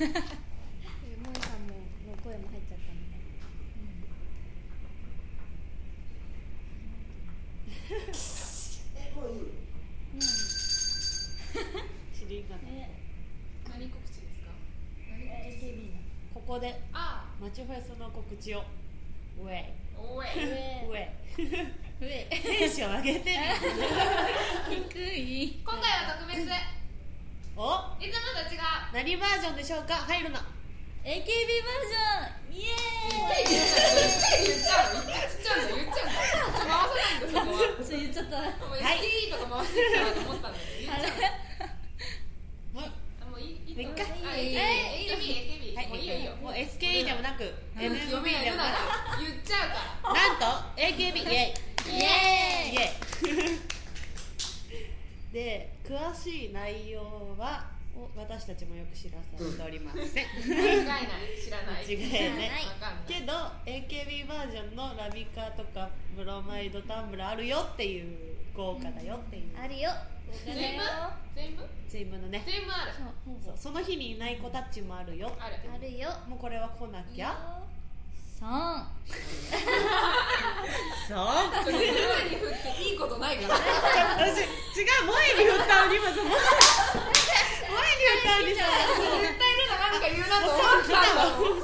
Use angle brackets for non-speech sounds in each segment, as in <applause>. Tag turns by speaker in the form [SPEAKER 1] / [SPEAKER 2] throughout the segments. [SPEAKER 1] え萌さんもの声も入っちゃったみたい
[SPEAKER 2] え、もういい。
[SPEAKER 3] 知りがない。
[SPEAKER 1] ね
[SPEAKER 4] 何告知ですか何告知
[SPEAKER 1] AKB の
[SPEAKER 3] ここで
[SPEAKER 4] あ
[SPEAKER 3] マチフェスの告知を。ウェイ
[SPEAKER 4] おい
[SPEAKER 3] ウェイ。 <laughs>
[SPEAKER 1] 上
[SPEAKER 3] テンション上げてる。
[SPEAKER 1] 低い
[SPEAKER 4] 今回は特別いつも
[SPEAKER 3] お、
[SPEAKER 4] と違う
[SPEAKER 3] 何バージョンでしょうか。入るな。
[SPEAKER 1] AKB バージョンイエーイ
[SPEAKER 4] 言っちゃうの言っちゃうの言っちゃうの回さないんだそこは
[SPEAKER 1] ちょっと言っちゃった
[SPEAKER 4] もういいとか回してるからと思ったんだけど言っちゃうのもういいいい
[SPEAKER 3] もう一回
[SPEAKER 4] あいい
[SPEAKER 1] え
[SPEAKER 4] よいいよ AKB AKB もういいよいいよ
[SPEAKER 3] もう SKE でもなく、
[SPEAKER 4] 読
[SPEAKER 3] NMB
[SPEAKER 4] めない
[SPEAKER 3] で
[SPEAKER 4] よ
[SPEAKER 3] も
[SPEAKER 4] な
[SPEAKER 3] な
[SPEAKER 4] ら言っちゃうから
[SPEAKER 3] く、なんと
[SPEAKER 4] <laughs>
[SPEAKER 3] AKB イエ
[SPEAKER 1] イエ
[SPEAKER 3] イ
[SPEAKER 1] ーイ
[SPEAKER 3] イエイ。 <laughs> で、詳しい内容はを私たちもよく知らされておりません。
[SPEAKER 4] 間違いない知らない
[SPEAKER 3] 間違い
[SPEAKER 1] な
[SPEAKER 3] ね
[SPEAKER 1] い
[SPEAKER 4] わかんない
[SPEAKER 3] けど AKB バージョンのラビカとかブロマイドタンブラーあるよっていう豪華だよっていう、
[SPEAKER 1] あるよ
[SPEAKER 4] 全部全部
[SPEAKER 3] 全部のね
[SPEAKER 4] 全部ある
[SPEAKER 1] そうほ
[SPEAKER 3] そうその日にいない子たちもあるよ
[SPEAKER 4] ある
[SPEAKER 1] ぼあるよ
[SPEAKER 3] もうこれは来なきゃ
[SPEAKER 1] 三
[SPEAKER 3] そう
[SPEAKER 4] ちょっと胸に振っていいことないから
[SPEAKER 3] 私違う萌えに振ったのに今さ萌えに振ったのにさ
[SPEAKER 4] 絶対ルナなんか言うなと思ったんだもん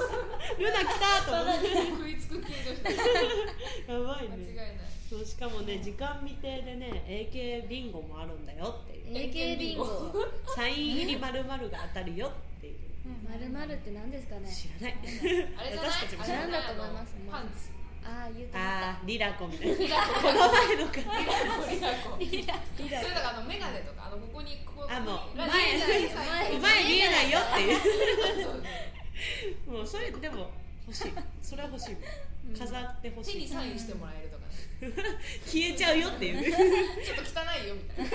[SPEAKER 3] ルナ来たと思って
[SPEAKER 4] 食いつく系女子
[SPEAKER 3] やばい
[SPEAKER 4] 間
[SPEAKER 3] ね
[SPEAKER 4] 違いない
[SPEAKER 3] そうしかもね時間未定でね AK ビンゴもあるんだよっていう
[SPEAKER 1] AK ビンゴ
[SPEAKER 3] サイン入り〇〇が当たるよっていう
[SPEAKER 1] まるまるって何ですかね
[SPEAKER 3] 知らない
[SPEAKER 4] あれじゃない
[SPEAKER 3] 私たちも知ら
[SPEAKER 1] ない
[SPEAKER 4] あれじ
[SPEAKER 1] なんだと
[SPEAKER 4] ゃない
[SPEAKER 1] 思います
[SPEAKER 4] パンツ
[SPEAKER 1] ああ言うと思った
[SPEAKER 3] あーリラコみたいなこ
[SPEAKER 4] リラコ
[SPEAKER 3] の前のか
[SPEAKER 4] リラコリラ
[SPEAKER 1] リ
[SPEAKER 4] コ
[SPEAKER 1] ラ
[SPEAKER 4] それとかあのメガネとか <laughs> あのここにここ
[SPEAKER 3] あもう
[SPEAKER 4] ラ
[SPEAKER 3] 前
[SPEAKER 4] ジオじゃない
[SPEAKER 1] 前
[SPEAKER 3] 前見えないよっていう
[SPEAKER 4] そ
[SPEAKER 3] も
[SPEAKER 4] う
[SPEAKER 3] うそれでも欲しいそれは欲しいもん飾って欲
[SPEAKER 4] 手
[SPEAKER 3] し
[SPEAKER 4] に
[SPEAKER 3] い
[SPEAKER 4] サインしてもらえるとかね
[SPEAKER 3] 消えちゃうよって <laughs> いうね
[SPEAKER 4] ちょっと汚いよみたいな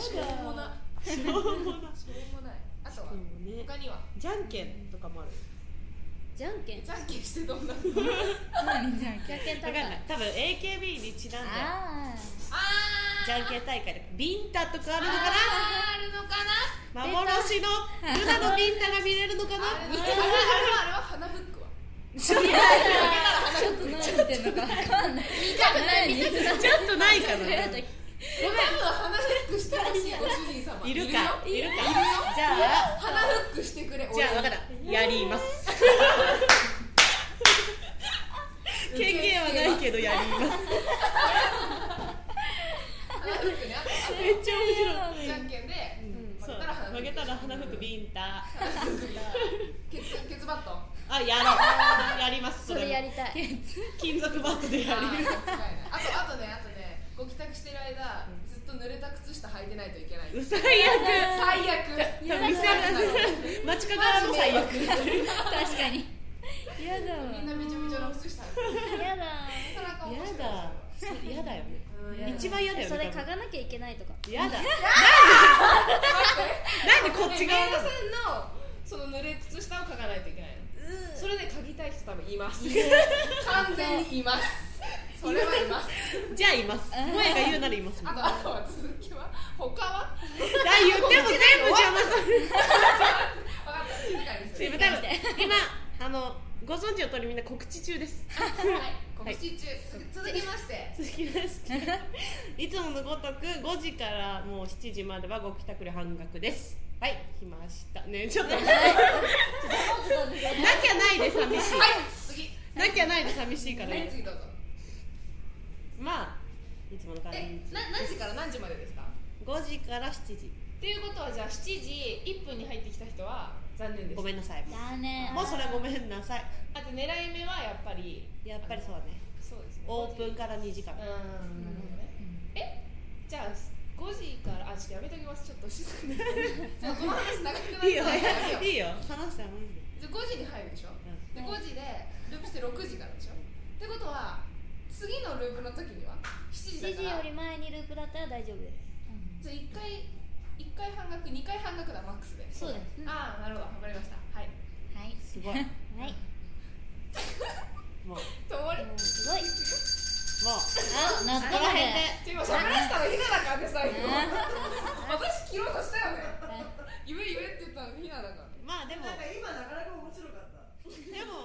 [SPEAKER 4] しょうもな
[SPEAKER 3] しょうもな
[SPEAKER 4] しょうもないあと
[SPEAKER 3] そ
[SPEAKER 4] は
[SPEAKER 3] うね
[SPEAKER 4] 他には
[SPEAKER 3] じゃんけんとかもある
[SPEAKER 1] じゃんけん
[SPEAKER 4] じゃんけんしてどん <laughs> なの
[SPEAKER 5] 何じゃん
[SPEAKER 1] じゃんけん
[SPEAKER 3] わか
[SPEAKER 1] 大
[SPEAKER 3] んな
[SPEAKER 1] 会
[SPEAKER 3] い多分 AKB にちなんで
[SPEAKER 1] ああ
[SPEAKER 4] あー
[SPEAKER 3] じゃんけん大会でビンタとかあるのか
[SPEAKER 4] あーあるのかな
[SPEAKER 3] な幻のルナのビンタが見れるの <laughs> かな
[SPEAKER 4] あれあれあれは花フックは
[SPEAKER 3] ちょっと
[SPEAKER 5] ちょっと何言ってんのか分かんない
[SPEAKER 4] 見たくない
[SPEAKER 5] 何
[SPEAKER 3] ちょっとないかな
[SPEAKER 4] 多分鼻フックしてほしいご主人様
[SPEAKER 3] いる
[SPEAKER 4] よ
[SPEAKER 3] かいるかじゃあ
[SPEAKER 4] 鼻フックしてくれ
[SPEAKER 3] じゃあ分
[SPEAKER 4] 俺
[SPEAKER 3] か
[SPEAKER 4] に
[SPEAKER 3] ったやります <laughs> 経験はないけどやります
[SPEAKER 4] 鼻フックねあと
[SPEAKER 3] めっちゃ面白い
[SPEAKER 4] じゃんけんで負
[SPEAKER 3] そ
[SPEAKER 4] け
[SPEAKER 3] う
[SPEAKER 4] たら鼻フッ
[SPEAKER 3] 負けたら花
[SPEAKER 4] ク
[SPEAKER 3] 服ビンタ
[SPEAKER 4] ケツケツバット
[SPEAKER 3] あやろうやります
[SPEAKER 1] そ
[SPEAKER 3] それ
[SPEAKER 1] れや
[SPEAKER 3] も
[SPEAKER 1] りたい
[SPEAKER 3] 金属バットでや
[SPEAKER 4] あー間違
[SPEAKER 3] る
[SPEAKER 4] いないあとあとねあとねご帰宅してる間ずっと濡れた靴下履いてないといけないう
[SPEAKER 3] 最
[SPEAKER 4] 最
[SPEAKER 3] 悪
[SPEAKER 4] 悪
[SPEAKER 3] 多分店の街角側も最悪
[SPEAKER 5] 確かに
[SPEAKER 1] やだわ
[SPEAKER 4] みんなめちゃめちゃの靴下履いてる
[SPEAKER 1] やだ
[SPEAKER 4] なかなか面
[SPEAKER 3] や
[SPEAKER 4] 白い
[SPEAKER 3] だそれやだよね
[SPEAKER 4] う
[SPEAKER 1] や
[SPEAKER 4] ん
[SPEAKER 1] だ
[SPEAKER 3] 一番やだよ
[SPEAKER 1] そ
[SPEAKER 3] ね
[SPEAKER 1] れ嗅がなきゃいけないとか
[SPEAKER 3] や <laughs> だ
[SPEAKER 4] なん
[SPEAKER 3] でこっち側なの
[SPEAKER 4] さんのその濡れ靴下を描かないといけないのそれで嗅ぎたい人多分います完全にいますそれはいます
[SPEAKER 3] じゃあいます萌えが言うならいます
[SPEAKER 4] あ
[SPEAKER 3] あ
[SPEAKER 4] とあとは続きは他は
[SPEAKER 3] 言っても全部邪魔される
[SPEAKER 4] 分かった静かにす
[SPEAKER 3] すい
[SPEAKER 4] る
[SPEAKER 3] ません今あのご存知の通りみんな告知中です
[SPEAKER 4] はい告知中つ続きまして
[SPEAKER 3] 続きましていつものごとく5時からもう7時まではご帰宅料半額ですはい来ましたねちょっとなきゃないで寂し
[SPEAKER 4] はい次
[SPEAKER 3] いなきゃないで寂しいから
[SPEAKER 4] はい
[SPEAKER 3] ね
[SPEAKER 4] 次どうぞ
[SPEAKER 3] まあいつもの感じ
[SPEAKER 4] えな何時から何時までですか
[SPEAKER 3] 5時から7時
[SPEAKER 4] っていうことはじゃあ7時1分に入ってきた人は残念です
[SPEAKER 3] ごめんなさいも
[SPEAKER 5] だね
[SPEAKER 3] うもうそれはごめんなさい
[SPEAKER 4] あと狙い目はやっぱり
[SPEAKER 3] やっぱりそうだね
[SPEAKER 4] そうですね
[SPEAKER 3] オープンから2時間
[SPEAKER 4] うーんなるほどねえじゃあ5時からあちょっとやめときますちょっと静かに <laughs> じゃあこの話長くなっ
[SPEAKER 3] いいよ
[SPEAKER 4] ちゃうからやめよう
[SPEAKER 3] <laughs> いいよ話したらマジで
[SPEAKER 4] じゃあ5時に入るでしょで5時でループして6時からでしょってことは次のループの時には7時
[SPEAKER 1] 7時よ
[SPEAKER 4] だから
[SPEAKER 1] り前にループだったら大丈夫です
[SPEAKER 4] じゃあ1回1回半額2回半額だマックスで
[SPEAKER 1] そうです
[SPEAKER 4] ああなるほどわかりましたはい
[SPEAKER 5] はい
[SPEAKER 3] すごい
[SPEAKER 1] はい
[SPEAKER 3] もうもう
[SPEAKER 4] と終わり
[SPEAKER 1] もうすごい
[SPEAKER 5] あ乗っ
[SPEAKER 3] こ
[SPEAKER 5] 取
[SPEAKER 3] こら
[SPEAKER 5] ら
[SPEAKER 3] 辺
[SPEAKER 5] れ
[SPEAKER 3] で
[SPEAKER 5] る
[SPEAKER 4] <laughs> でも喋らせたのひなだからね最後私切ろうとしたよね言え
[SPEAKER 3] あでも
[SPEAKER 2] なんか今なかなか面白かった
[SPEAKER 3] でも